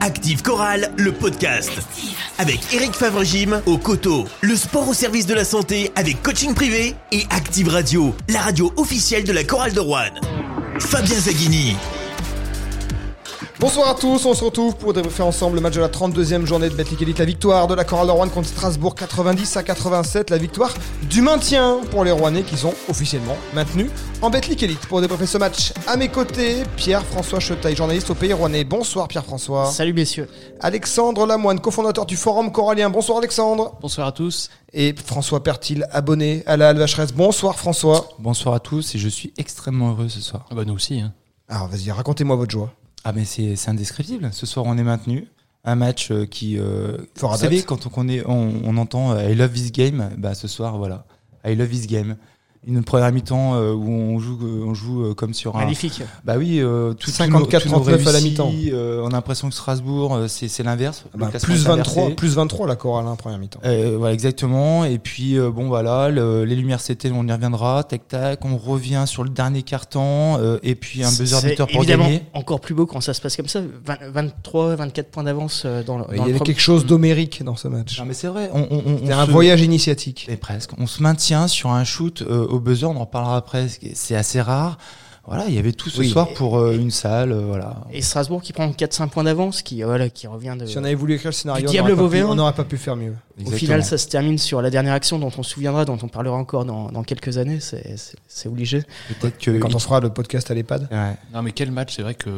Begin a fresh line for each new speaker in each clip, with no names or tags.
Active Chorale, le podcast. Avec Eric Favre Gym au Coteau, le sport au service de la santé avec coaching privé et Active Radio, la radio officielle de la Chorale de Rouen. Fabien Zaghini,
Bonsoir à tous, on se retrouve pour débriefer ensemble le match de la 32e journée de Betclic Elite, la victoire de la Chorale de Rouen contre Strasbourg 90 à 87, la victoire du maintien pour les Rouennais qui sont officiellement maintenus en Betclic Elite. Pour débriefer ce match, à mes côtés, Pierre-François Chetaille, journaliste au Pays Rouennais. Bonsoir Pierre-François.
Salut messieurs.
Alexandre Lamoine, cofondateur du Forum Corallien. Bonsoir Alexandre.
Bonsoir à tous.
Et François Pertil, abonné à la Alvacheresse. Bonsoir François.
Bonsoir à tous et je suis extrêmement heureux ce soir.
Ah bah nous aussi. Hein.
Alors vas-y, racontez-moi votre joie.
Ah mais c'est c'est indescriptible. Ce soir on est maintenu. Un match euh, qui... euh,
Fort à
vous savez,
date.
quand on, qu'on est- on- on entend euh, I love this game, bah, ce soir voilà. I love this game. Une première mi-temps euh, où on joue, euh, on joue euh, comme sur un...
Magnifique.
Bah oui, euh, tout,
54,
tout nous- tout nous
39 à la
réussit,
mi-temps.
euh, on a l'impression que Strasbourg, euh, c'est c'est l'inverse. Le
Bah,
classement
plus
est inversé.
23, plus 23 la Chorale, hein, première mi-temps.
Euh, ouais, exactement. Et puis, euh, bon, voilà, le- les lumières s'éteignent, on y reviendra. Tac-tac, on revient sur le dernier carton. euh, et puis, un buzzer
C'est
beater pour
évidemment
gagner.
encore plus beau quand ça se passe comme ça. 20 23, 24 points d'avance euh, dans le.
Il y
dans le
avait
premier-
quelque chose d'homérique dans ce match.
Non, mais c'est vrai. On, on, on-
C'était
on
un
se-
voyage initiatique.
Et presque. On se maintient sur un shoot euh, au buzzer, on en reparlera après. c'est- C'est assez rare. Voilà, il y avait tout ce
Oui.
soir pour euh, une salle. euh, voilà.
Et Strasbourg qui prend 4-5 points d'avance, qui, euh, voilà, qui revient de.
Si on avait voulu écrire le scénario,
Du
on
diable
n'aurait pas
au
pu-
hein.
V1.
on n'aurait pas pu faire mieux.
Au
Exactement.
final, ça se termine sur la dernière action dont on se souviendra, dont on parlera encore dans, dans quelques années. C'est c'est- c'est obligé.
peut-être que.
Quand on fera le podcast à l'EHPAD.
Ouais.
Non mais quel match, c'est vrai que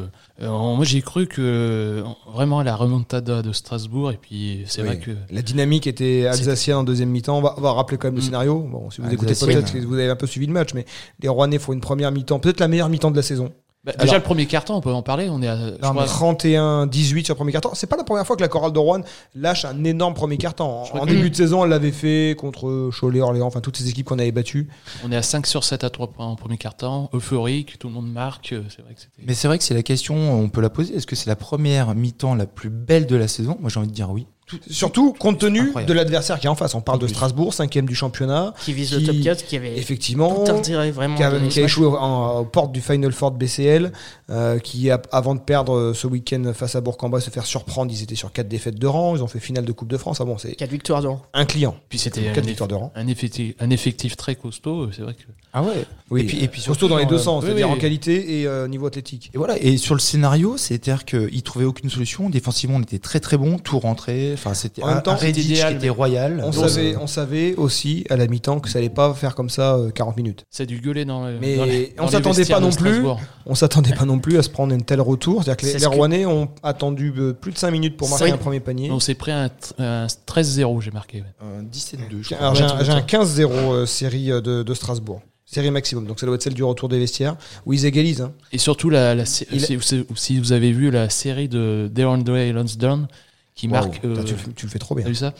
euh, en- moi j'ai cru que euh, vraiment à la remontada de Strasbourg et puis c'est
Oui.
vrai que
La dynamique était alsacienne en deuxième mi-temps. On va, on va rappeler quand même le
Mm.
scénario. Bon, si vous écoutez
Alsacienne.
peut-être, que vous avez un peu suivi le match, mais les Rouennais font une première mi-temps, peut-être la meilleure mi-temps de la saison.
Bah, déjà
Alors-
le premier carton, on peut en parler. On est à, je
Non, mais
crois-
31-18 sur le premier quart-temps. C'est pas la première fois que la chorale de Rouen lâche un énorme premier quart-temps. En,
crois
en
que-
début de saison, elle l'avait fait contre Cholet, Orléans, enfin toutes ces équipes qu'on avait battues.
on est à 5 sur 7 à 3 points en premier carton, euphorique, tout le monde marque. euh, C'est vrai que c'était.
Mais c'est vrai que c'est la question, on peut la poser. Est-ce que c'est la première mi-temps la plus belle de la saison Moi, j'ai envie de dire oui.
Surtout compte tenu
Incroyable.
de l'adversaire qui est en face. On parle de Strasbourg, cinquième du championnat.
Qui vise
Qui-
le top 4, qui avait.
Effectivement.
tout intérêt vraiment.
qui
à
a,
donner
qui
ce
a
match.
échoué en- aux portes du Final Four de BCL, euh, qui a- avant de perdre euh, ce week-end face à Bourg-en-Bresse se faire surprendre, ils étaient sur quatre défaites de rang, ils ont fait finale de Coupe de France. Ah bon, c'est
Quatre victoires d'or.
un client,
Puis c'était un,
quatre
eff-
victoires de rang.
un effectif, un effectif très costaud. euh, C'est vrai que
Ah ouais
Oui,
Et puis, et puis
surtout dans les deux
euh,
sens,
oui,
c'est-à-dire
oui.
en qualité et euh, niveau athlétique.
Et voilà, et sur le scénario, c'est-à-dire qu'ils trouvaient aucune solution. Défensivement, on était très très bon, tout rentré. Enfin, c'était
En même
un-
temps,
un
c'était
Redic
idéal,
qui
mais-
était royal.
On
Donc,
savait, on savait aussi à la mi-temps que ça allait pas faire comme ça euh, 40 minutes.
c'est du gueuler dans le.
Mais
dans les-
on
dans les
s'attendait
vestiaires
pas
de
non plus.
Strasbourg.
On s'attendait pas non plus à se prendre un tel retour, c'est-à-dire que les,
C'est
les
ce que-
Rouennais ont attendu euh, plus de 5 minutes pour marquer
Oui.
un premier panier.
On s'est pris un, tr- un 13-0, j'ai marqué. ouais.
euh, 17-2, je crois.
Alors, j'ai un, j'ai un 15-0 euh, série euh, de, de Strasbourg. Série maximum. Donc ça doit être celle du retour des vestiaires où ils égalisent. hein.
Et surtout, la, la sé-
Il-
si, si- si vous avez vu la série de DeAndre Lansdowne, qui marque.
Wow, putain,
euh,
tu, le fais- tu le fais trop bien.
T'as vu ça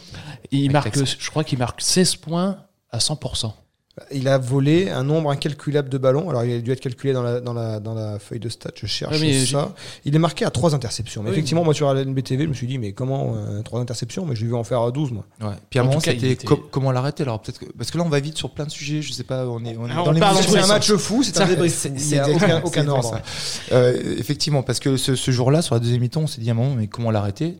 Il
Avec
marque,
l'accent.
je crois qu'il marque 16 points à 100%.
Ah, Il a volé un nombre incalculable de ballons. Alors il a dû être calculé dans la, dans la, dans la feuille de stats. Je cherche
Ouais, mais
ça. Il est marqué à trois interceptions. Mais
Oui.
effectivement, moi sur LNBTV, je me suis dit, mais comment euh, trois interceptions Mais je lui vais en faire 12, moi.
Ouais. Puis à
En
un moment,
tout cas, il
c'était
était-
co- comment l'arrêter alors peut-être que... parce que là, on va vite sur plein de sujets. Je sais pas, on
Ah,
est, on est
Alors,
dans
on
les
part dans
motions.
tous les
C'est un
sens.
match fou, c'est un
C'est-
débrief.
c'est-
Il
c'est
n'y a aucun,
exactement-
aucun
c'est
ordre.
ça. Euh, effectivement, parce que ce, ce jour-là, sur la deuxième mi-temps, on s'est dit à un moment, mais comment l'arrêter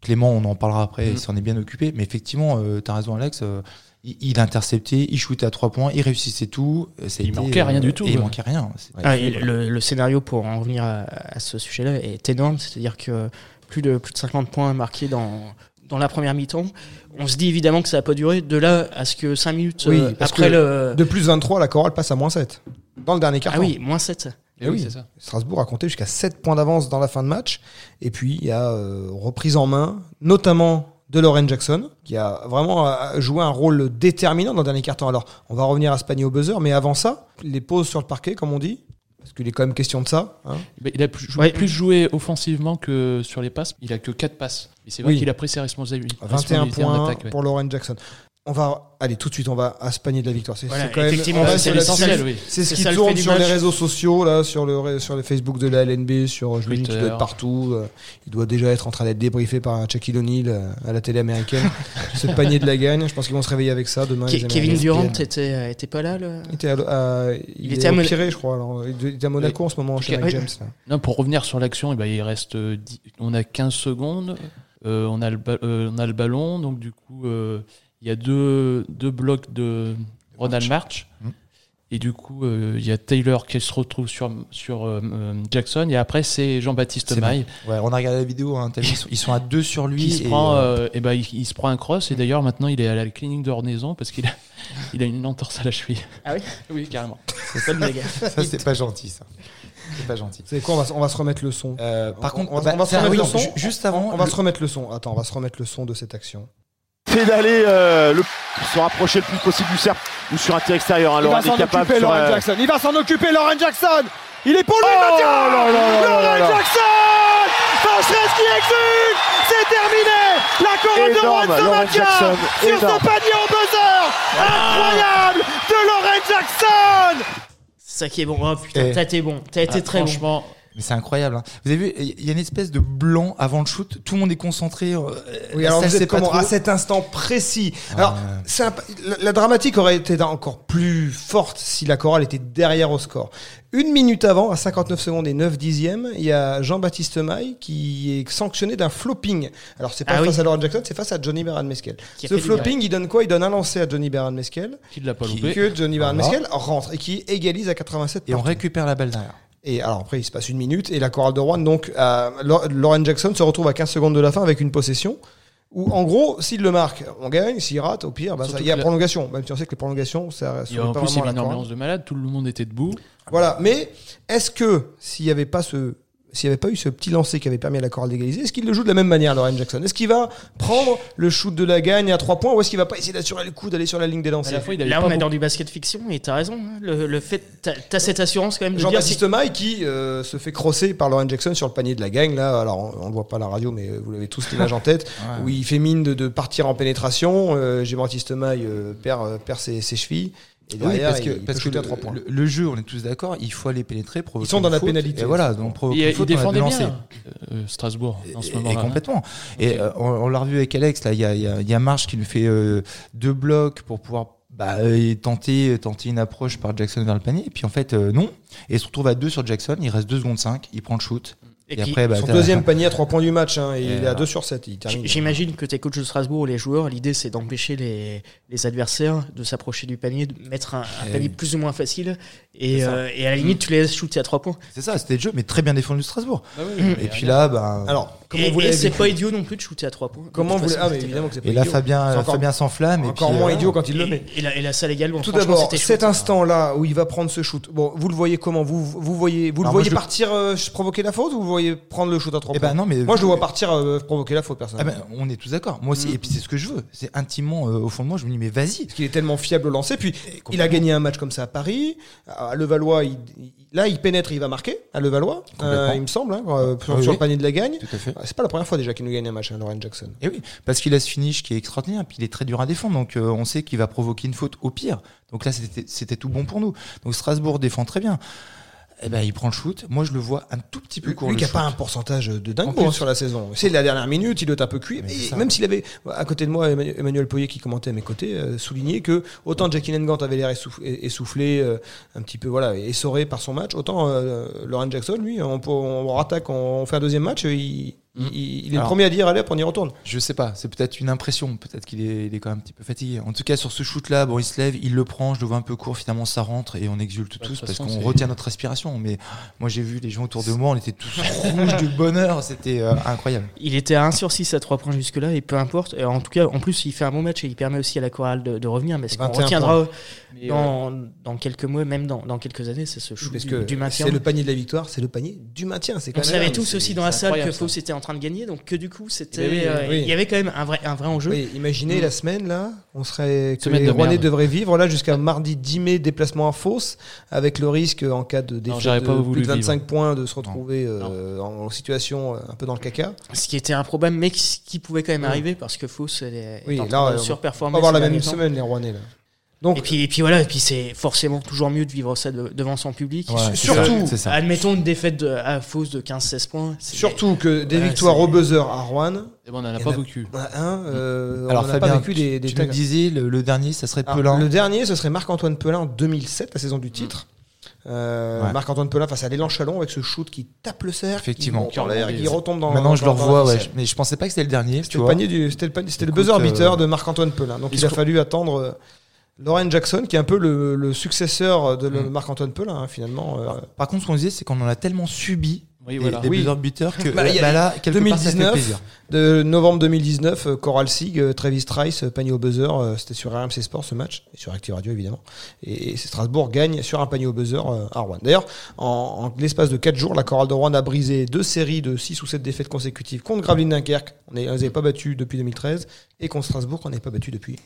Clément, on en parlera après,
Mm.
il s'en est bien occupé. Mais effectivement, euh, t'as raison, Alex. euh, il, il interceptait, il shootait à trois points, il réussissait tout. euh, ça a
Il
été,
manquait rien du tout,
et il
quoi.
manquait rien. C'était-
Ah, et le, le scénario pour en revenir à, à ce sujet-là est énorme, c'est-à-dire que plus de plus de 50 points marqués dans dans la première mi-temps. On se dit évidemment que ça n'a pas duré. De là à ce que 5 minutes
Oui,
euh,
parce
après
que
le
De plus 23, la chorale passe à moins 7. Dans le dernier quart
ah oui moins 7
Et
Eh
oui,
oui.
c'est ça.
Strasbourg a compté jusqu'à 7 points d'avance dans la fin de match. Et puis, il y a euh, reprise en main, notamment de Lauren Jackson, qui a vraiment euh, joué un rôle déterminant dans le dernier quart-temps. Alors, on va revenir à ce panier au buzzer, mais avant ça, les pauses sur le parquet, comme on dit, parce qu'il est quand même question de ça. hein.
Mais Il a plus, jou-
Ouais.
plus joué offensivement que sur les passes. Il a que 4 passes. Et c'est vrai
Oui.
qu'il a pris ses responsabilités.
21
responsabilités en
points
attaque, ouais.
pour Lauren Jackson. On va aller tout de suite, on va à ce panier de la victoire. C'est
Voilà,
c'est quand même-
effectivement,
on
bah,
reste
c'est
là-dessus.
l'essentiel,
oui.
C'est ce
C'est
qui
ça le fait
tourne
du
sur les
match.
réseaux sociaux, là, sur le, sur le Facebook de la LNB, sur je me dis qu'il doit
Twitter.
être partout. euh, il doit déjà être en train d'être débriefé par un Chucky O'Neill euh, à la télé américaine. ce panier de la gagne, je pense qu'ils vont se réveiller avec ça demain.
Ke-
les
Kevin
Américains.
Durant était, euh, était pas là le...
Il était à, à- il
Il
est
était à Mon-
opéré, je crois. alors. Il était à Monaco en ce moment, chez
Ok,
Mike
oui.
James. là.
Non, pour revenir sur l'action, eh ben, il reste euh, dix- on a 15 secondes, euh, on, a le ba- euh, on a le ballon, donc du coup, euh, il y a deux, deux blocs de Ronald March. Mmh.
Mm.
Et du coup, euh, il y a Taylor qui se retrouve sur, sur euh, euh, Jackson, et après, c'est Jean-Baptiste
C'est
Maille
Ouais, on a regardé la vidéo, hein, t'as vu, ils, sont, ils sont à deux sur lui.
qui se
et,
prend,
euh,
euh, eh ben, il, il se prend un cross, et d'ailleurs, maintenant, il est à la clinique de Ornaison parce qu'il a, il a une entorse à la cheville.
Ah oui
Oui, carrément.
C'est pas le mec.
ça, c'est pas gentil, ça. C'est pas gentil.
C'est quoi on va, se- on va se remettre le son.
Euh, par
On-
contre,
on va- on va se remettre le son.
ju- juste avant,
On va
le-
se remettre le son. Attends, on va se remettre le son de cette action.
c'est d'aller euh, le- se rapprocher le plus possible du cercle ou sur un tir extérieur. hein. Laurent est capable sur, euh,
Jackson. Il va s'en occuper, Lauren Jackson. Il est pour lui,
Oh là là là
Lauren
là là.
Jackson Sanchez qui exulte C'est terminé La couronne de Juan
Énorme, Lauren
Slovakia
Jackson,
Sur
énorme. Ah.
ce panier en buzzer Incroyable De Lauren Jackson
C'est ça qui est bon. Oh putain,
Eh.
t'as été bon. T'as été
Ah,
très bon.
franchement,
Mais c'est incroyable. hein. Vous avez vu, il y a une espèce de blanc avant le shoot. Tout le monde est concentré. euh,
Oui,
la
alors
salle
vous êtes
sait pas
comment
trop.
à cet instant précis. Alors, c'est un- la, la dramatique aurait été encore plus forte si la chorale était derrière au score. Une minute avant, à 59 secondes et 9 dixièmes, il y a Jean-Baptiste Maille qui est sanctionné d'un flopping. Alors, c'est pas
Ah oui.
face à Lauren Jackson, c'est face à Johnny Beran-Meskel.
Qui a
Ce
fait du
flopping, il donne quoi Il donne un lancer à Johnny Beran-Meskel
qui ne l'a pas
Qui-
loupé.
que Johnny
Voilà.
Ah.
Beran-Meskel rentre et qui égalise à 87
Et on
partout.
récupère la balle derrière.
Et alors après, il se passe une minute et la chorale de Rouen, donc euh, Lau- Lauren Jackson se retrouve à 15 secondes de la fin avec une possession. Où en gros, s'il le marque, on gagne. S'il rate, au pire, bah, ça-
Surtout
il y a
que la-
prolongation. Même si on sait que les prolongations, ça
Et
soumet
en
pas
plus,
vraiment
il y avait
la Bah,
une
chorale.
ambiance de malade, tout le monde était debout.
Voilà. Mais est-ce que s'il n'y avait pas ce s'il n'y avait pas eu ce petit lancer qui avait permis à la chorale d'égaliser, est-ce qu'il le joue de la même manière, Lauren Jackson Est-ce qu'il va prendre le shoot de la gagne à 3 points ou est-ce qu'il va pas essayer d'assurer le coup d'aller sur la ligne des
À
lancers
Bah, la fois, il avait
Là,
pas
on est
beaucoup-
dans du basket fiction et t'as raison. hein. Le, le fait, t'as t'as cette assurance quand même de dire si-
Jean-Baptiste Maille qui euh, se fait crosser par Lauren Jackson sur le panier de la gang. Là, alors on, on le voit pas à la radio, mais euh, vous l'avez tous l'image en tête. Où il fait mine de, de partir en pénétration. Euh, Jean-Baptiste Maille euh, perd, euh, perd ses, ses chevilles. Et
Oui,
derrière,
parce que,
il peut
parce que
shooter
le,
à trois points.
le- le jeu, on est tous d'accord, il faut aller pénétrer, provoquer.
Ils sont dans
une
la
faute,
pénalité,
Et voilà, donc provoquer.
Et
une
il,
faute, on a
défendait
des lancers.
bien euh, Strasbourg en ce
Et-
moment.
et complètement. Et euh, on, on l'a revu avec Alex, là, il y a, il y a- il y a Marche qui nous fait euh, deux blocs pour pouvoir bah, euh, tenter, tenter une approche par Jackson vers le panier. Et puis en fait, euh, non. Et il se retrouve à deux sur Jackson, il reste 2 secondes 5, il prend le shoot.
et
Et,
puis,
après, bah,
Son
t'as-
deuxième panier à 3 points du match. hein, et il est à
voilà.
2 sur 7. Il termine.
j- J'imagine que tes coachs de Strasbourg, les joueurs, l'idée c'est d'empêcher les, les adversaires de s'approcher du panier, de mettre un, un
Eh
panier
oui.
plus ou moins facile et,
C'est ça.
euh, et à la limite tu les laisses shooter à trois points.
C'est ça, c'était le jeu, mais très bien défendu Strasbourg.
Ah
Et
Et puis là, bah,
Alors, comment
et
vous
et
l'avez
c'est
vu
pas idiot non plus de shooter à trois points.
Comment
De
vous
toute
l'avez- Ah,
façon,
mais
c'était-
évidemment que c'est pas
et là
idiot.
Fabien,
C'est encore-
Fabien s'enflamme. et
Encore
puis,
moins
euh,
idiot quand il le met.
Et, et la, et la salle égale, bon,
Tout
franchement,
d'abord,
c'était
cet
chouette.
instant-là où il va prendre ce shoot. Bon, vous le voyez comment vous, vous voyez, vous le
Alors, moi,
voyez
je-
partir euh, provoquer la faute ou vous le voyez prendre le shoot à 3
Eh ben
points
non, mais
Moi, je le vois partir euh, provoquer la faute,
Ah
personnellement.
ben, on est tous d'accord. Moi aussi. Et puis c'est ce que je veux. C'est intimement euh, au fond de moi. Je me dis mais vas-y.
Parce qu'il est tellement fiable au lancer. Puis il a
complètement.
gagné un match comme ça à Paris. À Levallois, il, il- là, il pénètre, et il va marquer à Levallois,
Complètement.
euh, il me semble, hein, euh, sur,
Oui,
sur
oui.
le panier de la gagne.
Tout à fait.
C'est pas la première fois déjà qu'il nous gagne un match, hein, Lauren Jackson.
Et Eh oui, parce qu'il a ce finish qui est extraordinaire, puis il est très dur à défendre, donc euh, on sait qu'il va provoquer une faute au pire. Donc là, c'était c'était tout bon pour nous. Donc Strasbourg défend très bien. Eh ben, il prend le shoot. Moi, je le vois un tout petit peu court.
Lui
le
qui a
shoot.
pas un pourcentage de dingue
En plus.
hein, sur la saison. C'est la dernière minute, il doit être un peu cuit.
Mais
Et
c'est ça.
même s'il avait, à côté de moi, Emmanuel Emmanuel Poyer qui commentait à mes côtés, euh, soulignait que autant Jackie Nengant avait l'air essouff- essoufflé, euh, un petit peu voilà, essoré par son match, autant euh, Lauren Jackson, lui, on, peut- on rattaque, on fait un deuxième match, il, il- il est le
Alors.
premier à dire allez, hop, on y retourne.
Je sais pas, c'est peut-être une impression, peut-être qu'il est, il est quand même un petit peu fatigué. En tout cas, sur ce shoot-là, bon, il se lève, il le prend, je le vois un peu court, finalement ça rentre et on exulte
Bah, de
tous
toute
parce
façon,
qu'on
c'est-
retient notre respiration. Mais moi, j'ai vu les gens autour de moi, on était tous rouges de bonheur, c'était euh, incroyable.
Il était à 1 sur 6 à 3 points jusque-là, et peu importe. Et en tout cas, en plus, il fait un bon match et il permet aussi à la chorale de, de revenir. Mais ce qu'on
21
retiendra dans, dans quelques mois, même dans, dans quelques années, c'est ce shoot
euh, Parce
du,
que
du maintien.
c'est le panier de la victoire, c'est le panier du maintien. C'est quand
On
même
savait
énorme.
tous
C'est-
aussi dans la
c'est
salle que
incroyable,
Faux
ça.
était en train de gagner, donc que du coup, c'était,
Eh ben oui,
euh,
oui.
il y avait quand même un vrai, un vrai enjeu.
Oui, imaginez
Mm.
la semaine là, on serait que
Semaine
les
de
Rouennais
merde.
devraient vivre là jusqu'à mardi 10 mai déplacement à Fos avec le risque en cas de défaite
j'aurais
de
pas
plus
voulu
de 25 points de se retrouver
Non.
euh, en, en situation euh, un peu dans le caca.
Ce qui était un problème, mais qui qui pouvait quand même
Oui.
arriver parce que Fos elle est,
Oui,
est en
là,
train
on
de
va On
surperformer.
va avoir la
ces
même
derniers temps.
semaine les Rouennais là. Donc
Et puis, et puis voilà, et puis c'est forcément toujours mieux de vivre ça de- devant son public.
Ouais,
surtout-
c'est ça.
Admettons une défaite de, à Fos de 15-16 points. c'est-
surtout que des
Ouais,
victoires
c'est-
au buzzer à Rouen,
Et ben, on n'en a
Il y
pas
en a-
beaucoup.
on a un, euh,
Alors
on n'a
Fabien,
pas vécu des, des
tu
tas-
nous disais le, le dernier, ça serait
Ah,
Pelin. Mm.
Le dernier, ce serait Marc-Antoine Pelin en 2007, la saison du titre. Euh,
Ouais.
Marc-Antoine Pelin face à l'élan Chalon avec ce shoot qui tape le cercle,
Effectivement.
qui, remonte en l'air et qui retombe dans.
Maintenant, je le
dans- dans la
revois, ouais,
ficelle.
mais je pensais pas que c'était le dernier. Tu
C'était le
vois.
panier du, c'était le, panier- c'était le
Écoute,
buzzer
euh,
beater de Marc-Antoine Pelin. Donc
il
il,
se
a
cro-
fallu attendre euh, Lauren Jackson, qui est un peu le, le successeur de le-
Mm.
Marc-Antoine Pelin hein, finalement. euh.
Par contre, ce qu'on disait, c'est qu'on en a tellement subi
Oui,
des,
voilà.
des
Oui.
buzzer beaters que
Bah, il y a
bah, là, quelque part, ça fait
2019.
plaisir.
de novembre 2019, euh, Coral Sig, euh, Travis Trice, euh, panier au buzzer. euh, C'était sur RMC Sport ce match, et sur Active Radio évidemment. Et, et Strasbourg gagne sur un panier au buzzer euh, à Rouen. D'ailleurs, en, en l'espace de 4 jours, la Coral de Rouen a brisé deux séries de 6 ou 7 défaites consécutives contre Gravelines Dunkerque. On les on les avait pas battus depuis 2013, et contre Strasbourg, on n'est pas battu depuis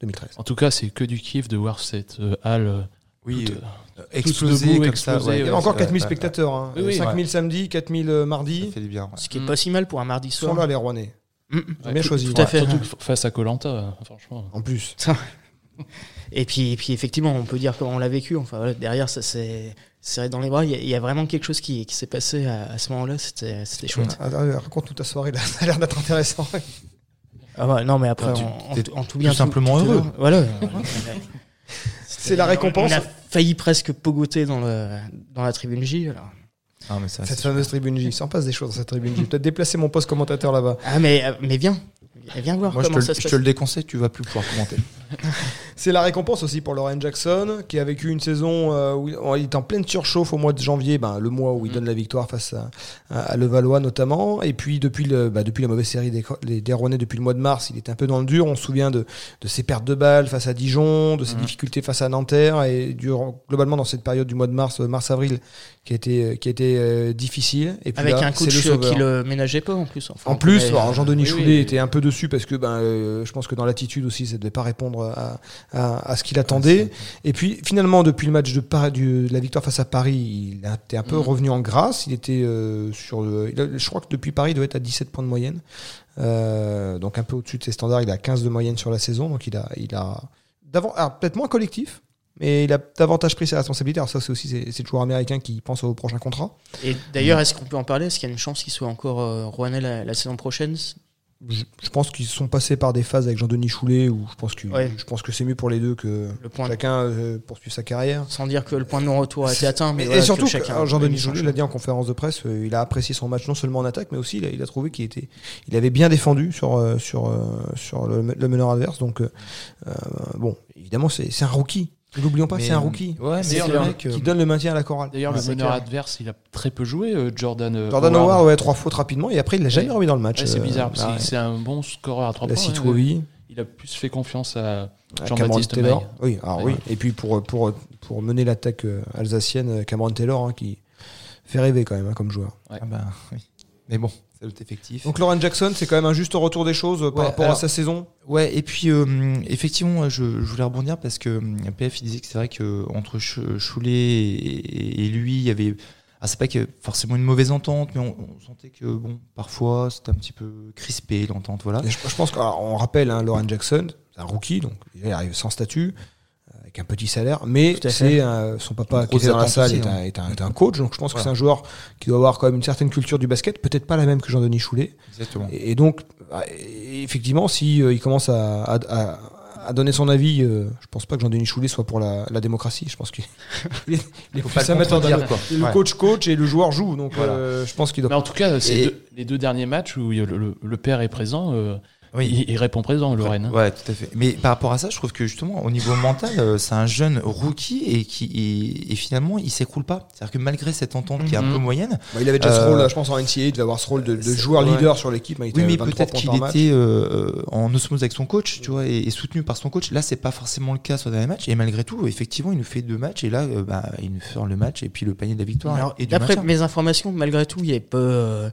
2013.
En tout cas, c'est que du kiff de voir cette euh, halle. euh,
Oui,
toute-
euh, exploser
debout,
comme ça.
exploser,
ouais.
ouais.
Il y avait encore
Ouais,
4000
ouais,
spectateurs. Hein.
Oui, oui.
5000 samedi, 4000
ouais. Ça
euh, mardi.
fait du bien. ouais.
Ce qui est
Mm.
pas si mal pour un mardi
Ils sont
soir.
là, les Rouennais. Ils
Mm.
ont bien
euh, tout-
choisi.
tout à fait.
Surtout que face à Colanta, franchement.
En plus.
Et puis, et puis effectivement, on peut dire comment on l'a vécu. Enfin voilà, derrière, ça s'est serré dans les bras. Il y, a- il y a vraiment quelque chose qui, qui s'est passé à, à ce moment-là. C'était, c'était chouette.
Ah, ah, raconte toute ta soirée, là. ça a l'air d'être intéressant.
Ah bah, non, mais après,
Tu-
en- en,
t'es
tout- en tout
tout
bien,
simplement
tout-
heureux.
Voilà.
C'est la récompense.
On a failli presque pogoter dans, le, dans la tribune J. alors.
Ah, mais ça,
Cette
c'est-
fameuse tribune J. Il s'en passe des choses dans cette tribune J. Peut-être déplacer mon poste commentateur là-bas.
Ah mais, euh, mais viens, viens voir
Moi, je
comment
te,
ça
le-
se
je
passe.
te le déconseille, tu vas plus pouvoir commenter.
C'est la récompense aussi pour Lauren Jackson, qui a vécu une saison euh, où il- où il est en pleine surchauffe au mois de janvier, ben, le mois
Mm.
où il donne la victoire face à, à, à Levallois notamment. Et puis depuis, le, bah, depuis la mauvaise série des, Co- les- des Rouennais depuis le mois de mars, il était un peu dans le dur. On se souvient de, de ses pertes de balles face à Dijon,
Mm.
de ses difficultés face à Nanterre. Et durant, globalement, dans cette période du mois de mars, euh, mars-avril, qui a été, euh, qui a été euh, difficile. Et puis
Avec
là,
un
c'est
coach
le sauveur.
qui le ménageait pas en plus. Enfin,
En
on
plus,
pouvait-
alors, Jean-Denis
euh, oui,
Choulet
oui.
était un peu dessus parce que ben, euh, je pense que dans l'attitude aussi, ça devait pas répondre à, à- à ce qu'il attendait.
Ah,
Et puis finalement, depuis le match de, Par- du- de la victoire face à Paris, il a- était un
Mm.
peu revenu en grâce. Il était euh, sur, le- il a- je crois que depuis Paris, il doit être à 17 points de moyenne, Euh, donc un peu au-dessus de ses standards. Il a 15 de moyenne sur la saison, donc il a, il a d'avant, alors, peut-être moins collectif. Mais il a davantage pris ses responsabilités. Alors ça, c'est aussi ces, ces joueurs américains qui pensent au prochain contrat.
Et
Mm.
d'ailleurs, est-ce qu'on peut en parler Est-ce qu'il y a une chance qu'il soit encore euh, Rouennais la, la saison prochaine
je, je pense qu'ils sont passés par des phases avec Jean-Denis Choulet où je pense que
Ouais.
je pense que c'est mieux pour les deux que
Le point de-
chacun euh, poursuive sa carrière.
sans dire que le point de non-retour a été atteint, mais
et,
voilà,
et surtout,
que
que,
chacun
alors, Jean-Denis Choulet
Choulet
l'a dit en conférence de presse, euh, il a apprécié son match non seulement en attaque, mais aussi il a, il a trouvé qu'il était, il avait bien défendu sur euh, sur euh, sur le, le meneur adverse. Donc euh, euh, bon, évidemment c'est c'est un rookie. N'oublions pas,
Mais,
c'est un
euh,
rookie
Ouais, mais
D'ailleurs,
le
le
mec.
qui
euh,
donne le maintien à la chorale.
D'ailleurs,
Ouais,
le
c'est
meneur
clair.
adverse, il a très peu joué, euh, Jordan. euh,
Jordan Howard ouais trois fautes rapidement et après il l'a jamais remis dans le match.
Ouais, c'est
euh,
bizarre, parce
bah,
que c'est un bon scoreur à 3
la
points. hein.
Citroën.
Il a plus fait confiance à
À Cameron
Jean-Baptiste
Taylor.
Maille.
Oui, ah
Ouais.
oui. Et puis pour, pour, pour mener l'attaque euh, alsacienne, euh, Cameron Taylor hein, qui fait rêver quand même hein, comme joueur.
Ah bah, oui. Mais bon, c'est l'autre effectif.
Donc Lauren Jackson, c'est quand même un juste retour des choses euh, par
Ouais,
rapport à
alors-
sa saison.
Ouais, et puis euh, effectivement, je, je voulais rebondir parce que euh, PF il disait que c'est vrai que entre Ch- Choulet et, et lui, il y avait. Ah, c'est pas que forcément une mauvaise entente, mais on, on sentait que bon, parfois c'était un petit peu crispé l'entente, voilà.
Et Ah, je, je pense qu'on rappelle hein, Lauren Jackson, c'est un rookie, donc il arrive sans statut, euh, avec un petit salaire, mais
Tout à fait.
c'est euh, son papa qui
Grosse
était dans la
attente
salle
aussi,
est, un,
hein.
est un- est un coach, donc je pense que
Voilà.
c'est un joueur qui doit avoir quand même une certaine culture du basket, peut-être pas la même que Jean-Denis Choulet.
Exactement.
Et, et donc, bah, et- effectivement, si euh, il commence à, à- à- à donner son avis, euh, je pense pas que Jean-Denis Choulet soit pour la, la démocratie. Je pense qu'il il est- il est
Faut
plus
pas le
à mettre en
contredire,
avant.
quoi.
Et Le
Ouais.
coach coach et le joueur joue, donc
Voilà.
euh, je pense qu'il
Mais
doit.
en tout cas, ces
Et-
deux- les deux derniers matchs où il y a le, le- le père est présent, euh,
Oui.
il, il répond présent, Lorraine. hein.
Ouais, tout à fait. Mais par rapport à ça, je trouve que justement, au niveau mental, euh, c'est un jeune rookie et qui et, et finalement, il s'écroule pas. C'est-à-dire que malgré cette entente qui est un
Mhm.
peu moyenne,
Bah, il avait déjà ce
Euh,
rôle, là, je pense, en NCAA, il devait avoir ce rôle de, de
c'est-
joueur
ouais.
leader sur l'équipe. hein, il était
Oui, mais
23
peut-être
points
qu'il
par match.
était euh, euh, en osmose avec son coach, tu vois, et, et soutenu par son coach. Là, c'est pas forcément le cas sur le dernier match. Et malgré tout, effectivement, il nous fait deux matchs. Et là, euh, bah, il nous sort le match et puis le panier de la victoire.
Alors,
et du
d'après
maintien.
mes informations, malgré tout, il y avait pas. euh,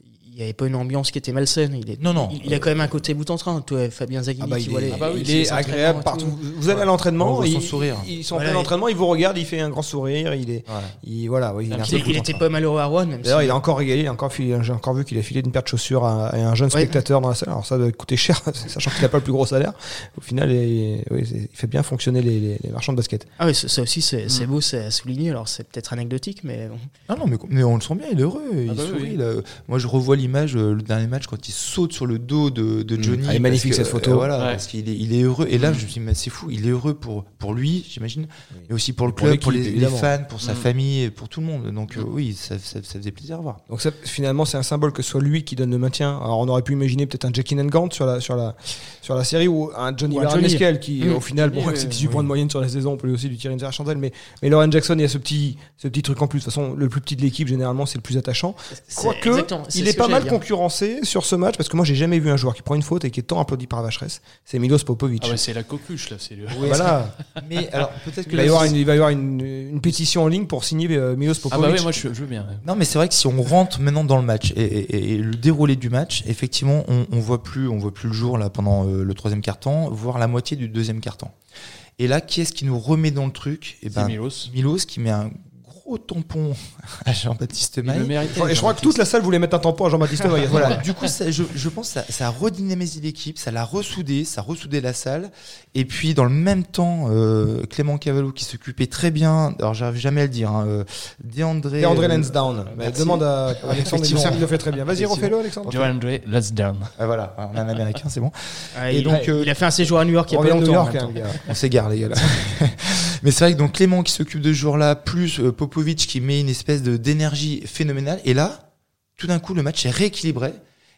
il il n'y avait pas une ambiance qui était malsaine. Il, est,
Non, non.
il, il a quand même un côté bout en train. Toi, Fabien Zaghini,
Ah bah,
qui
il
voit
est-
les-
ah
bah oui,
les-
Il
les
est
entraînements
agréable
et
partout.
tout.
Vous allez à
On
l'entraînement,
voit son
il-
sourire.
Ils sont en
Voilà,
plein
et-
entraînement, il vous regarde, il fait un grand sourire, il est, il- voilà, oui, il
Ah,
est un
Puis
peu
Il, il
content.
était pas malheureux à Rouen, même si
D'ailleurs, il a encore régalé, il a encore filé- j'ai encore vu qu'il a filé une paire de chaussures à, à un jeune
Ouais.
spectateur dans la salle. Alors ça doit coûter cher, sachant qu'il n'a pas le plus gros salaire. Au final, il, oui, c'est- il fait bien fonctionner les, les- les marchands de basket.
Ah oui, ça, ça aussi, c'est
Mm.
c'est beau, c'est à souligner. Alors, c'est peut-être anecdotique, mais bon.
Non, non, mais, mais on le sent bien, il est heureux,
Ah
il
bah oui,
sourit.
oui.
là. Moi, je revois l'image, euh, le dernier match, quand il saute sur le dos de, de Johnny.
Elle Mm. Ah, est
parce
magnifique, cette photo. Mm.
euh, voilà,
Ouais.
parce qu'il est, il est heureux. Et là, je me suis dit, mais c'est fou, il est heureux pour, pour lui, j'imagine, et aussi pour le
pour
club, pour,
l'équipe,
les, les
évidemment. Mm.
fans, pour sa
Mm.
famille, et pour tout le monde. Donc, euh, oui, ça, ça- ça faisait plaisir à voir.
Donc ça, finalement, c'est un symbole que ce soit lui qui donne le maintien. Alors on aurait pu imaginer peut-être un Jackie Nangant sur la, sur, la, sur la série ou un Johnny
Ou un
Baron
Johnny.
Esquel qui,
Mmh.
au final, bon,
Johnny,
c'est
oui,
18 points de moyenne sur la saison, on peut lui aussi lui tirer une chandelle. Mais, mais Lauren Jackson, il y a ce petit, ce petit truc en plus. De toute façon, le plus petit de l'équipe, généralement, c'est le plus attachant.
c'est-
Quoique,
exactement, c'est
il
ce
est
que
pas
j'allais
mal
dire.
concurrencé sur ce match parce que moi j'ai jamais vu un joueur qui prend une faute et qui est tant applaudi par la vacheresse. C'est Milos Popovic.
Ah ouais, c'est la coqueluche là, c'est le.
Voilà.
Mais alors, peut-être que
il va y
là,
avoir,
c'est-
une, il va y avoir une, une pétition en ligne pour signer euh, Milos Popovic.
Ah bah oui, moi je, je veux bien.
Non, mais c'est vrai que si on rentre maintenant dans le match et, et- et le déroulé du match, effectivement, on, on voit plus, on voit plus le jour là pendant euh, le troisième quart temps, voire la moitié du deuxième quart temps. Et là, qui est-ce qui nous remet dans le truc
Eh
Et
C'est
ben,
Milos.
Milos qui met un gros tampon à Jean-Baptiste
Il le
Maille.
méritait.
Et je crois que toute la salle voulait mettre un tampon à Jean-Baptiste Noyer.
Voilà. Du coup, ça- je, je pense que ça, ça a redynamisé l'équipe, ça l'a ressoudé, ça a ressoudé la salle. Et puis, dans le même temps, euh, Clément Cavallo qui s'occupait très bien, alors j'arrive jamais à le dire, hein, euh, DeAndré,
Et André
euh,
Lansdowne. Bah,
merci.
demande à Alexandre
Effectivement.
Desserre, il le fait très bien. Vas-y, refais-le, Alexandre.
DeAndre, let's down.
Ah, voilà, on a un américain, c'est bon.
Ah,
Et
il,
donc, euh,
il a fait un séjour à New York il y
On
a pas
revient de New
longtemps.
York,
en
hein,
même
les gars.
On s'égare, les gars. là. Mais c'est vrai que donc Clément qui s'occupe de ce jour-là, plus euh, Popovic qui met une espèce de d'énergie phénoménale. Et là, tout d'un coup, le match est rééquilibré.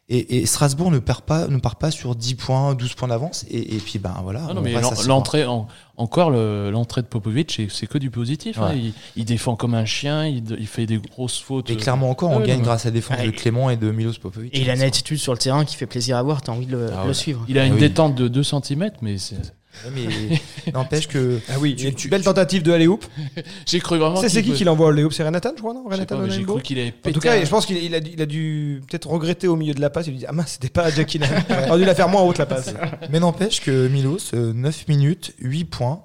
Et, et Strasbourg ne part pas, ne part pas sur 10 points, 12 points d'avance. Et, et puis, ben voilà.
Ah non,
on
mais
reste
l'en-
à ce
l'entrée, en- encore le- l'entrée de Popovic, c'est- c'est que du positif. hein.
Ouais.
Il, il défend comme un chien, il, il fait des grosses fautes. euh,
point. Et clairement encore, on
Ouais,
gagne
non, mais-
grâce à la défense
Ouais.
de Clément et de Milos Popovic.
Et il a une attitude sur le terrain qui fait plaisir à voir. T'as envie de le,
Ah,
le
voilà.
suivre.
Il a
Ah
une
oui.
détente de 2 cm, mais c'est-
Ouais, Mais n'empêche que.
Ah oui, une belle tentative de aller hoop.
j'ai cru vraiment.
C'est c'est qui
peut-
qui l'envoie au aller hoop C'est Renatan, je crois, non
Je sais pas,
Renatan
mais J'ai
Onaimbo
cru qu'il avait pété.
En tout cas,
un-
je pense qu'il il a, dû- il a dû peut-être regretter au milieu de la passe. Il lui dit Ah mince, c'était pas Jackie Lam. On aurait dû la faire moins haute la passe.
Mais n'empêche que Milos, euh, 9 minutes, 8 points,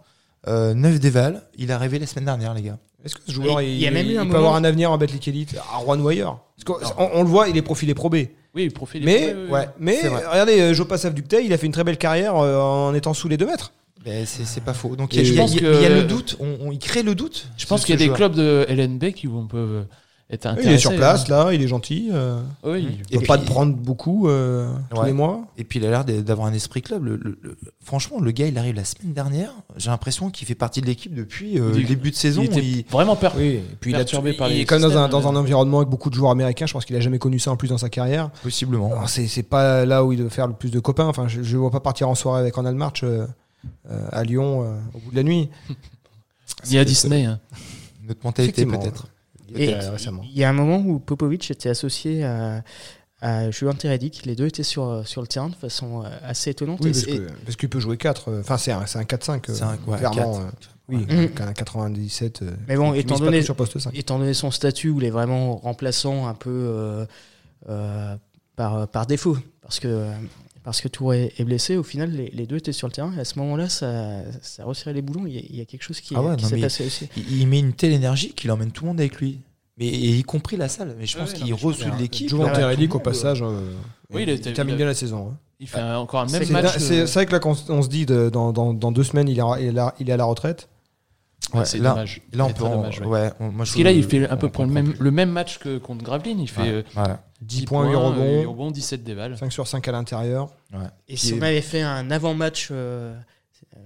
euh, 9 dévals. Il est arrivé la semaine dernière, les gars.
Est-ce que ce joueur
Et il
il,
y a même eu
il
un
peut
moment-
avoir un avenir en Betlic Elite à Rouen ou ailleurs Parce qu'on- on, on le voit, il est profilé pro B.
Oui, le profil. est-
Mais,
oui, oui,
ouais, mais
c'est vrai.
regardez, euh, Joe Ductet, il a fait une très belle carrière euh, en étant sous les deux mètres.
Ben, c'est c'est pas faux. Donc il
Et
y, a-
je
il y a-
pense
il y a-
que-
il y a le doute. On, on- il crée le doute.
Je pense qu'il y a des clubs de LNB qui vont peuvent être
Il
intéressés.
est sur place, là, il est gentil. euh,
hein. Oui.
il ne
puis-
pas de prendre beaucoup euh, tous
Ouais.
les mois.
Et puis il a l'air d'a- d'avoir un esprit club. Le- le- le- Franchement, le gars, il arrive la semaine dernière. J'ai l'impression qu'il fait partie de l'équipe depuis euh,
Il-
le début de saison.
Il était
Il-
vraiment perdu.
Oui, et puis il, a,
Perturbé par
il
les
est quand même dans un,
systèmes,
dans un
euh.
environnement avec beaucoup de joueurs américains. Je pense qu'il a jamais connu ça en plus dans sa carrière.
Possiblement.
Ah,
Alors, C'est c'est pas là où il doit faire le plus de copains. Enfin, je ne vois pas partir en soirée avec en March euh, euh, à Lyon euh, au bout de la nuit.
Ni à Disney. hein.
Notre mentalité
Effectivement.
peut-être.
Et
Euh, récemment.
il y a un moment où Popovic était associé à, à Juan Teredic. Les deux étaient sur, euh, sur le terrain de façon euh, assez étonnante.
Oui,
Et
parce
c'est-
que- parce qu'il peut jouer 4. Enfin, c'est un, c'est un 4-5. euh,
C'est un- ouais,
clairement.
4.
euh, oui,
Mm.
un 97. euh,
Mais bon,
qui
étant
mise pas
donné-
tout sur poste 5.
étant donné son statut, où il est vraiment remplaçant un peu euh, euh, par, par défaut, parce que, parce que Touré est blessé, au final, les, les deux étaient sur le terrain, et à ce moment-là, ça, ça resserrait les boulons, il y, a- il y a quelque chose qui,
Ah ouais,
qui
non,
s'est
mais-
passé aussi.
Il, il met une telle énergie qu'il emmène tout le monde avec lui. Mais et y compris la salle. Mais je pense
Ouais,
qu'il
non, mais je
ressoude
comprends.
l'équipe.
Jovan
là.
Terelic, au
Tout le monde,
passage, euh,
Oui, il
il,
était-
termine
il a-
bien la saison. hein.
Il fait un- encore un
C'est
même
C'est
dingue,
match.
c'est- c'est
euh,
vrai que là, qu'on s- on se dit de- dans, dans- dans deux semaines, il est, à- il est à- il est à la retraite.
Ouais,
c'est
là-
dommage.
Là, on
C'est
peut.
très
en-
dommage, ouais.
ouais, on- moi, je
Parce
trouve
que là, il
que-
fait à peu
on
près le
comprend
même,
plus.
le même match que contre Gravelines. Il fait
Ouais,
euh,
voilà.
10
points,
points,
huit rebonds.
euh, huit rebonds, 17 dévals.
5 sur 5 à l'intérieur.
Et si on avait fait un avant-match, euh, euh,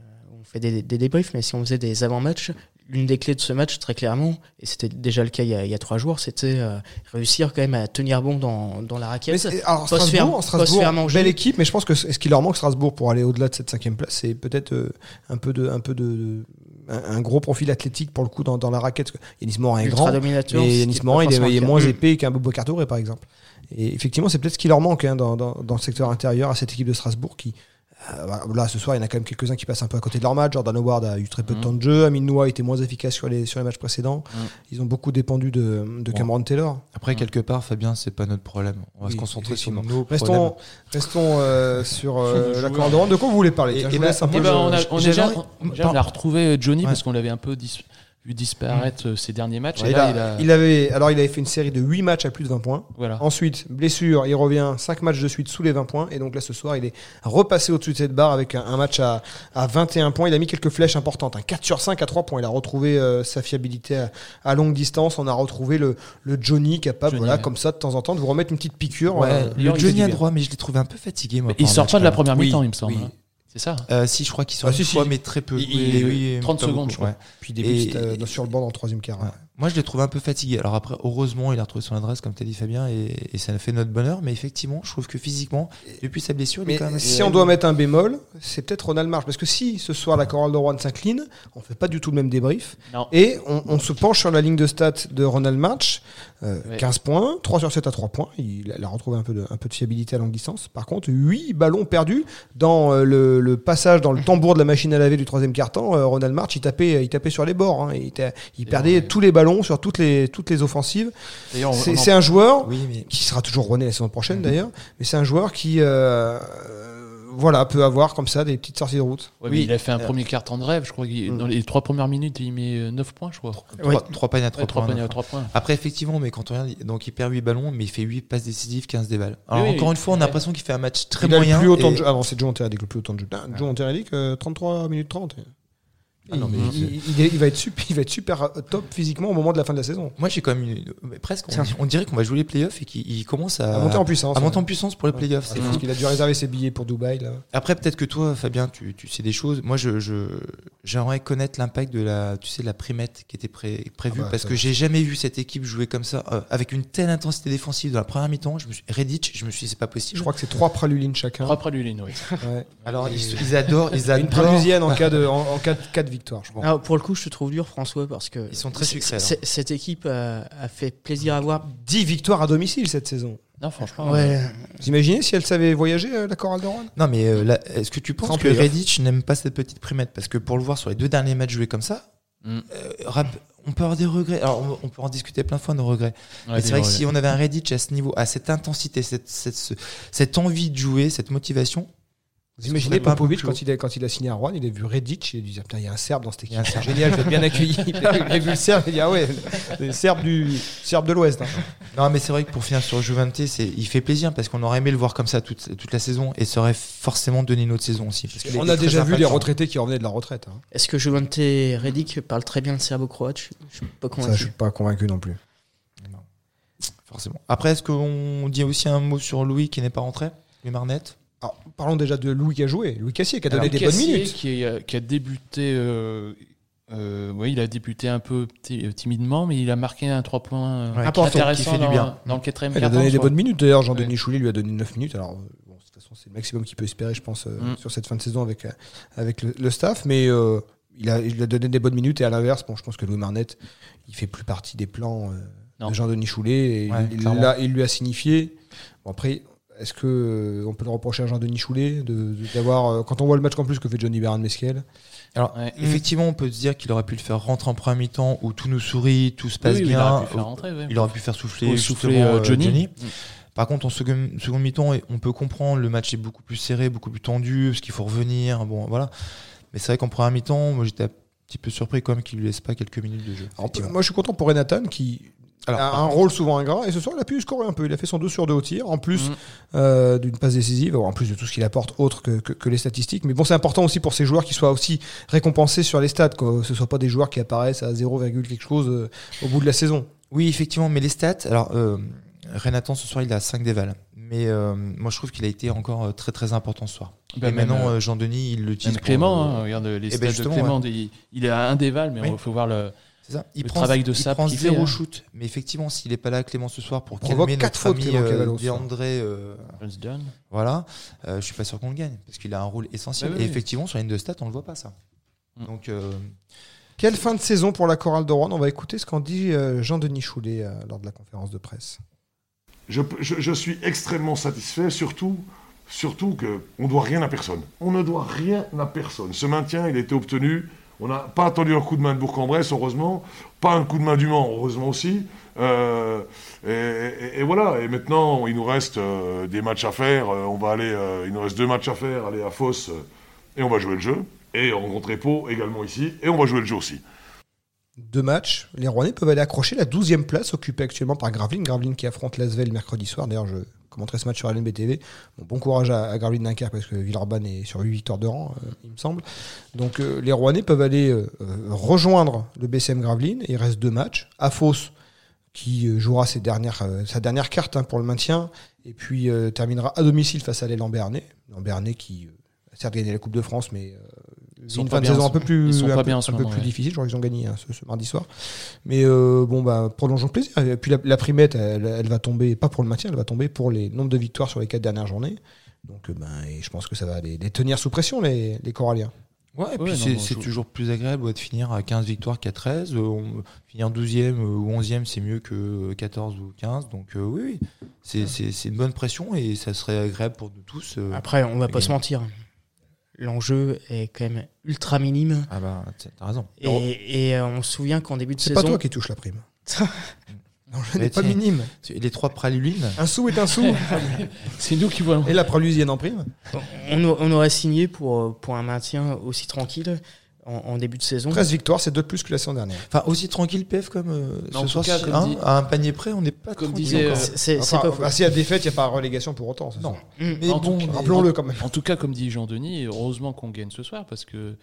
on fait des, des débriefs, mais si on faisait des avant-matchs, l'une des clés de ce match, très clairement, et c'était déjà le cas il y a, il y a trois jours, c'était euh, réussir quand même à tenir bon dans, dans la
Mais
raquette.
c'est- alors
Pas se faire-
Strasbourg,
pas se
Strasbourg,
faire manger.
belle équipe, mais je pense que ce ce qui leur manque Strasbourg pour aller au-delà de cette cinquième place, c'est peut-être euh, un peu de, un peu de, de- un, un gros profil athlétique pour le coup dans, dans la raquette. Parce que Yanis Morin est
Ultra
grand,
dominateur.
mais
ce qui est
Yanis
pas
Morin il est,
forcément
il est
le cas.
moins épais qu'un Bobo Touré par exemple. Et effectivement, c'est peut-être ce qui leur manque hein, dans, dans, dans le secteur intérieur à cette équipe de Strasbourg qui Euh, bah, là, ce soir, il y en a quand même quelques-uns qui passent un peu à côté de leur match. Jordan Howard a eu très peu
Mmh.
de temps de jeu. Amin Noah était moins efficace sur les, sur les matchs précédents.
Mm.
Ils ont beaucoup dépendu de, de
Ouais.
Cameron Taylor.
Après, quelque part, Fabien, c'est pas notre problème. On va
Oui,
se concentrer sur
effectivement.
nos problèmes.
Restons, restons euh, sur euh,
Sur le
la
joueur.
corde de ronde. De quoi vous voulez parler
Et-
Tiens,
et
je vous
bah,
laisse un
et
peu
Eh ben,
le-
on a, on a déjà,
j'aimerais-
on- déjà,
Pardon.
on a retrouvé Johnny
Ouais.
parce qu'on l'avait un peu dis- vu disparaître euh, ces derniers matchs.
Ouais,
et
il,
là,
a-
il a- Ah.
il avait, alors, il avait fait une série de 8 matchs à plus de 20 points.
voilà.
Ensuite, blessure, il revient 5 matchs de suite sous les 20 points. Et donc là, ce soir, il est repassé au-dessus de cette barre avec un, un match à, à 21 points. Il a mis quelques flèches importantes. Un 4 sur 5 à 3 points. Il a retrouvé euh, sa fiabilité à, à longue distance. On a retrouvé le, le Johnny capable,
Johnny,
voilà,
ouais.
comme ça, de temps en temps, de vous remettre une petite piqûre.
Ouais,
euh,
D'ailleurs,
le
il fait
Johnny
du
à
bien.
droit, mais je l'ai trouvé un peu fatigué. Moi,
Il
pendant
sort
le
pas de la
match, quand
première
même.
mi-temps,
Oui,
il me semble.
oui.
hein. C'est ça
Euh, si, je crois qu'il sort
Ah,
une
si, si,
fois,
si.
mais très peu.
Il-
Oui,
il-
oui,
30
pas
secondes,
beaucoup,
je crois.
ouais.
puis il débute
Et-
euh, dans- sur le banc dans le troisième quart. hein.
Ouais. Moi, je l'ai trouvé un peu fatigué. Alors après, heureusement, il a retrouvé son adresse, comme t'as dit Fabien, et, et ça a fait notre bonheur. Mais effectivement, je trouve que physiquement, depuis sa blessure, il est
Mais
quand même assez-
si on doit mettre un bémol, c'est peut-être Ronald Marsh. Parce que si ce soir la chorale de Rouen s'incline, on fait pas du tout le même débrief.
Non.
Et on, on se penche sur la ligne de stats de Ronald Marsh. Euh,
Ouais.
15 points, 3 sur 7 à 3 points. Il a, il a retrouvé un peu, de, un peu de fiabilité à longue distance. Par contre, 8 ballons perdus dans euh, le, le passage, dans le tambour de la machine à laver du troisième quart-temps. euh, Ronald Marsh, il tapait, il tapait sur les bords. hein. Il, était- il
Et
perdait
ouais.
tous les ballons sur toutes les, toutes les offensives.
D'ailleurs, on-
C'est
on en-
c'est un joueur
Oui, mais
qui sera toujours rené la saison
Mhm.
prochaine d'ailleurs, mais c'est un joueur qui euh, voilà, peut avoir comme ça des petites sorties de route.
ouais, mais il a fait
Euh.
un premier quart temps de rêve, je crois. qu'il-
Mm.
Dans les trois premières minutes, il met euh, 9 points, je crois.
trois, trois paniers à trois
Ouais, trois
points,
paniers à
neuf.
trois points.
Après, effectivement, mais quand on regarde, donc il perd 8 ballons, mais il fait 8 passes décisives, 15 des balles. Alors,
Oui, oui,
encore
oui.
une fois, on a l'impression qu'il fait un match très
il
moyen.
a le plus haut temps
et-
de jeu. Ah bon, c'est Joe Anteradic le plus haut temps de jeu. Putain, Joe Anteradic, euh, 33 minutes 30.
Ah non, mais
il, il- il est- il va être super, il va être super top physiquement au moment de la fin de la saison.
Moi, j'ai quand même une- mais presque. On,
Tiens.
on dirait qu'on va jouer les playoffs et qu'il il commence à,
À monter en puissance.
Euh, à monter en
ouais.
puissance pour les playoffs.
Ouais,
C'est
je
fou.
pense qu'il a dû réserver ses billets pour Dubaï là.
Après, peut-être que toi, Fabien, tu, tu sais des choses. Moi, je, je- j'aimerais connaître l'impact de la, tu sais, de la primette qui était pré- prévue
Ah bah,
parce
ça-
que j'ai jamais vu cette équipe jouer comme ça, euh, avec une telle intensité défensive dans la première mi-temps. Je me suis, Reddit, je me suis dit, c'est pas possible.
Je crois que c'est trois pralulines chacun.
Trois pralulines, oui.
Ouais.
Alors, ils, ils adorent, ils
Une
adorent.
pralusienne en cas de en, en cas de, cas de victoire. Je pense.
Ah, pour le coup, je te trouve dur, François, parce que
Ils sont très
c-
sucrés,
c- Cette équipe a, a fait plaisir à voir.
10 victoires à domicile cette saison.
Non, franchement. euh,
Ouais,
Vous imaginez si elle savait voyager euh, la chorale de Rouen
Non, mais euh, là, est-ce que tu penses
Sans
que
plaisir.
Redditch n'aime pas cette petite primette Parce que pour le voir sur les deux derniers matchs joués comme ça,
Mm.
euh, rap- on peut avoir des regrets. Alors, on, on peut en discuter plein de fois, nos regrets.
ouais,
Mais c'est vrai que
ouais.
si on avait un Redditch à ce niveau, à cette intensité, cette, cette, ce- cette envie de jouer, cette motivation,
Vous imaginez
serait pas
Popovic
beaucoup
quand il, a, quand il a signé à Rouen, il a vu Redic, il a dit ah, putain, il y a un Serbe dans cette
Il y a
équipe,
un
c'est génial, je vais être bien accueilli. il a vu le Serbe, il a dit ah ouais, c'est le Serbe du Serbe de l'Ouest. hein.
Non, mais c'est vrai que pour finir sur Juventus, c'est- il fait plaisir parce qu'on aurait aimé le voir comme ça toute, toute la saison et ça aurait forcément donné notre saison aussi. parce qu'il
On
était
a
très
déjà vu les
impactant.
retraités qui revenaient de la retraite. hein.
Est-ce que Jovante Redick parle très bien le serbo-croate Je je suis pas
Ça, je
convaincu.
suis pas convaincu non plus.
Forcément. Après, est-ce qu'on dit aussi un mot sur Louis qui n'est pas rentré Louis Marnette
Alors, parlons déjà de Louis qui a joué, Louis Cassier qui a donné
Alors,
des
Cassier,
bonnes minutes.
Qui, a- qui a débuté. euh, euh, ouais, il a débuté un peu ti- euh, timidement, mais il a marqué un 3 points
Ouais,
euh,
important,
intéressant
qui fait du
dans,
bien.
dans le quatrième
Il a
quart
donné des bonnes minutes d'ailleurs, Jean-Denis
Ouais.
Choulet lui a donné 9 minutes. Alors, euh, bon, de toute façon, c'est le maximum qu'il peut espérer, je pense, euh,
Mm.
sur cette fin de saison avec, euh, avec le, le staff. Mais euh, il, a, il a donné des bonnes minutes et à l'inverse, bon, je pense que Louis Marnette, il fait plus partie des plans euh,
Non.
de Jean-Denis Choulet. Et
Ouais,
il,
clairement.
l'a- il lui a signifié. Bon, après, est-ce que euh, on peut le reprocher à Jean-Denis Choulet de- de- d'avoir, euh, quand on voit le match en plus que fait Johnny Baron Mesquel,
Alors,
Ouais.
effectivement, on peut se dire qu'il aurait pu le faire rentrer en première mi-temps où tout nous sourit, tout se
Oui,
passe
oui, il
bien.
aurait pu faire rentrer, ouais.
Il aurait pu faire souffler,
Ou souffler,
justement,
euh,
euh,
Johnny.
Par contre, en second, second mi-temps, et on peut comprendre, le match est beaucoup plus serré, beaucoup plus tendu, parce qu'il faut revenir. Bon, voilà. Mais c'est vrai qu'en première mi-temps, moi j'étais un petit peu surpris quand même qu'il lui laisse pas quelques minutes de jeu.
Alors,
Effectivement.
moi, je suis content pour Renatan qui
Alors,
a
par
un rôle souvent ingrat. Et ce soir, il a pu scorer un peu. Il a fait son 2 sur 2 au tir, en plus
Mm.
euh, d'une passe décisive, en plus de tout ce qu'il apporte autre que, que- que les statistiques. Mais bon, c'est important aussi pour ces joueurs qui soient aussi récompensés sur les stats, que ce ne soit pas des joueurs qui apparaissent à 0, quelque chose euh, au bout de la saison.
Oui, effectivement, mais les stats. Alors, euh, Renatan, ce soir, il a 5 dévales. Mais euh, moi, je trouve qu'il a été encore euh, très très important ce soir.
Bah,
et
même,
maintenant,
euh,
euh, Jean-Denis, il l'utilise.
Même
pour,
Clément,
euh,
hein, regarde les
ben
stats de
justement,
Clément, il, il a un déval, mais il
Oui.
faut voir le.
c'est ça. Il
le
prend,
travail de
il
Sapp
prend
qu'il fait,
zéro
hein.
shoot. Mais effectivement, s'il n'est pas là, Clément, ce soir, pour
Provoque
calmer
quatre
notre
fautes,
ami
Clément
euh,
Cavallo, ce soir.
DeAndre, euh,
Johnston.
Voilà, euh, je suis pas sûr qu'on le gagne parce qu'il a un rôle essentiel.
Bah oui,
et
oui.
effectivement, sur la ligne de stats, on le voit pas ça.
Mm.
Donc, euh,
Quelle fin de saison pour la chorale de Rouen On va écouter ce qu'en dit euh, Jean-Denis Choulet euh, lors de la conférence de presse.
Je, je- je suis extrêmement satisfait, surtout Surtout qu'on ne doit rien à personne. On ne doit rien à personne. Ce maintien, il a été obtenu. On n'a pas attendu un coup de main de Bourg-en-Bresse, heureusement. Pas un coup de main du Mans, heureusement aussi. Euh, et, et- et voilà. Et maintenant, il nous reste euh, des matchs à faire. Euh, on va aller, euh, il nous reste deux matchs à faire. Aller à Fos euh, et on va jouer le jeu. Et rencontrer Pau également ici. Et on va jouer le jeu aussi.
Deux matchs. Les Rouennais peuvent aller accrocher la 12e place occupée actuellement par Gravelines. Gravelines qui affronte Lasvel mercredi soir. D'ailleurs, je commenterai ce match sur LNB TV. Bon, bon courage à, à Gravelines Dunkerque parce que Villeurbanne est sur 8 victoires de rang, euh, il me semble. Donc euh, les Rouennais peuvent aller euh, euh, rejoindre le BCM Gravelines. Il reste deux matchs. À Fos, qui euh, jouera ses dernières, euh, sa dernière carte hein, pour le maintien. Et puis euh, terminera à domicile face à l'élan Bernay. L'élan Bernay qui euh, a certes gagné la Coupe de France, mais
Ils
c'est
sont
une
pas
fin de
bien
saison
en
un
ce-
peu plus,
ils sont
un
pas
peu-
bien en ce
un peu
moment,
plus
ouais.
difficile. Je crois qu'ils ont gagné hein, ce, ce mardi soir. Mais euh, bon, bah, prolongeons le plaisir. Et puis la, la primette, elle, elle va tomber, pas pour le maintien, elle va tomber pour les nombres de victoires sur les quatre dernières journées. Donc euh, ben, et je pense que ça va les, les tenir sous pression, les, les Coralliens.
Ouais, et
Ouais,
puis
non,
c'est-
non,
c'est
je-
toujours plus agréable ouais, de finir à 15 victoires qu'à 13. Euh, on- finir 12e ou 11e, c'est mieux que 14 ou 15. Donc euh, oui, oui. C'est- c'est c'est une bonne pression et ça serait agréable pour nous tous. euh.
Après, on va
euh,
pas se mentir. L'enjeu est quand même ultra minime.
Ah bah, t'as t'as raison.
Et, et, euh, on se souvient qu'en début de
C'est
saison.
pas toi qui touche la prime. non, je
Mais
n'ai pas
tiens.
minime.
Les trois pralulines,
Un sou est un sou.
C'est nous qui voyons.
et la prélusienne en prime.
On, a- on aurait signé pour, euh, pour un maintien aussi tranquille en, en début de saison.
13 victoires, c'est deux de plus que la saison dernière.
Enfin, aussi tranquille, PF, comme euh,
Non, en
ce
tout
soir,
cas,
si-
comme
hein,
dit-
à un panier près, on n'est pas
Comme
tranquille
disait,
encore.
euh,
C'est- C'est c'est
Enfin,
pas faux.
bah, s'il y a défaite, il n'y a pas relégation pour autant. ça,
Non.
Mm.
Mais bon,
En tout cas-
mais-
Rappelons-le quand même.
En tout cas, comme dit Jean-Denis, heureusement qu'on gagne ce soir parce que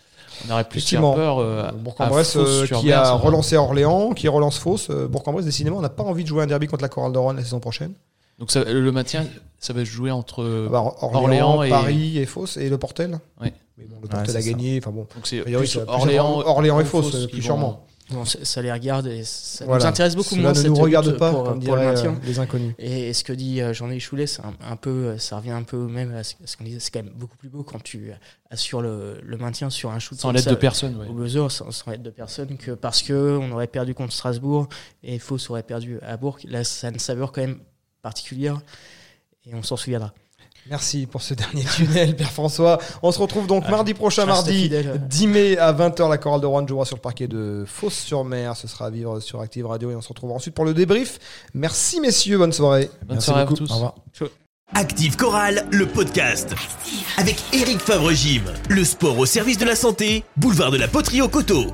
on aurait plus qu'à
Effectivement.
peur. euh, à-
Bourg-en-Bresse
à
euh,
Fos-sur-Mer,
qui a
ça va.
relancé Orléans, qui relance Fausse. Bourg-en-Bresse, décidément, on n'a pas envie de jouer un derby contre la Corale de Rouen la saison prochaine.
Donc ça- le maintien, ça va se jouer entre.
Euh,
Ah bah, Or- Orléans,
Orléans et-
Paris et Fausse et le Portel.
Ouais.
Mais bon, le Portel
c'est
a
ça.
gagné. Enfin bon,
donc c'est
a priori,
plus
ça va plus
Orléans,
avoir- Orléans et Fos,
Fos
euh,
qui
plus
vont-
sûrement.
Bon, ça ça les regarde et ça
Voilà.
nous intéresse beaucoup
Cela
moins.
ne
cette
nous regarde
lutte
pas,
pour,
comme
pour le
diraient,
maintien.
euh, les inconnus.
Et, et ce que dit euh, Jean-Louis Choulet, c'est un, un peu, euh, ça revient un peu au même à ce, à ce qu'on disait. C'est quand même beaucoup plus beau quand tu euh, assures le, le maintien sur un shoot.
Sans
comme
l'aide
ça,
de personne. ouais.
Au buzzer, sans, sans l'aide de personne, que parce que on aurait perdu contre Strasbourg et Fauss aurait perdu à Bourg. Là, ça a une saveur quand même particulière et on s'en souviendra.
Merci pour ce dernier tunnel, Pierre François. On se retrouve donc mardi prochain,
Ah, reste
mardi
fidèle.
10 mai à 20h. La chorale de Rouen jouera sur le parquet de Fos-sur-Mer. Ce sera à vivre sur Active Radio et on se retrouvera ensuite pour le débrief. Merci messieurs, bonne soirée.
Bonne soirée à vous
beaucoup.
tous.
Au revoir.
Active Chorale, le podcast. Avec Eric Favre-Gym. Le sport au service de la santé, boulevard de la Poterie au Coteau.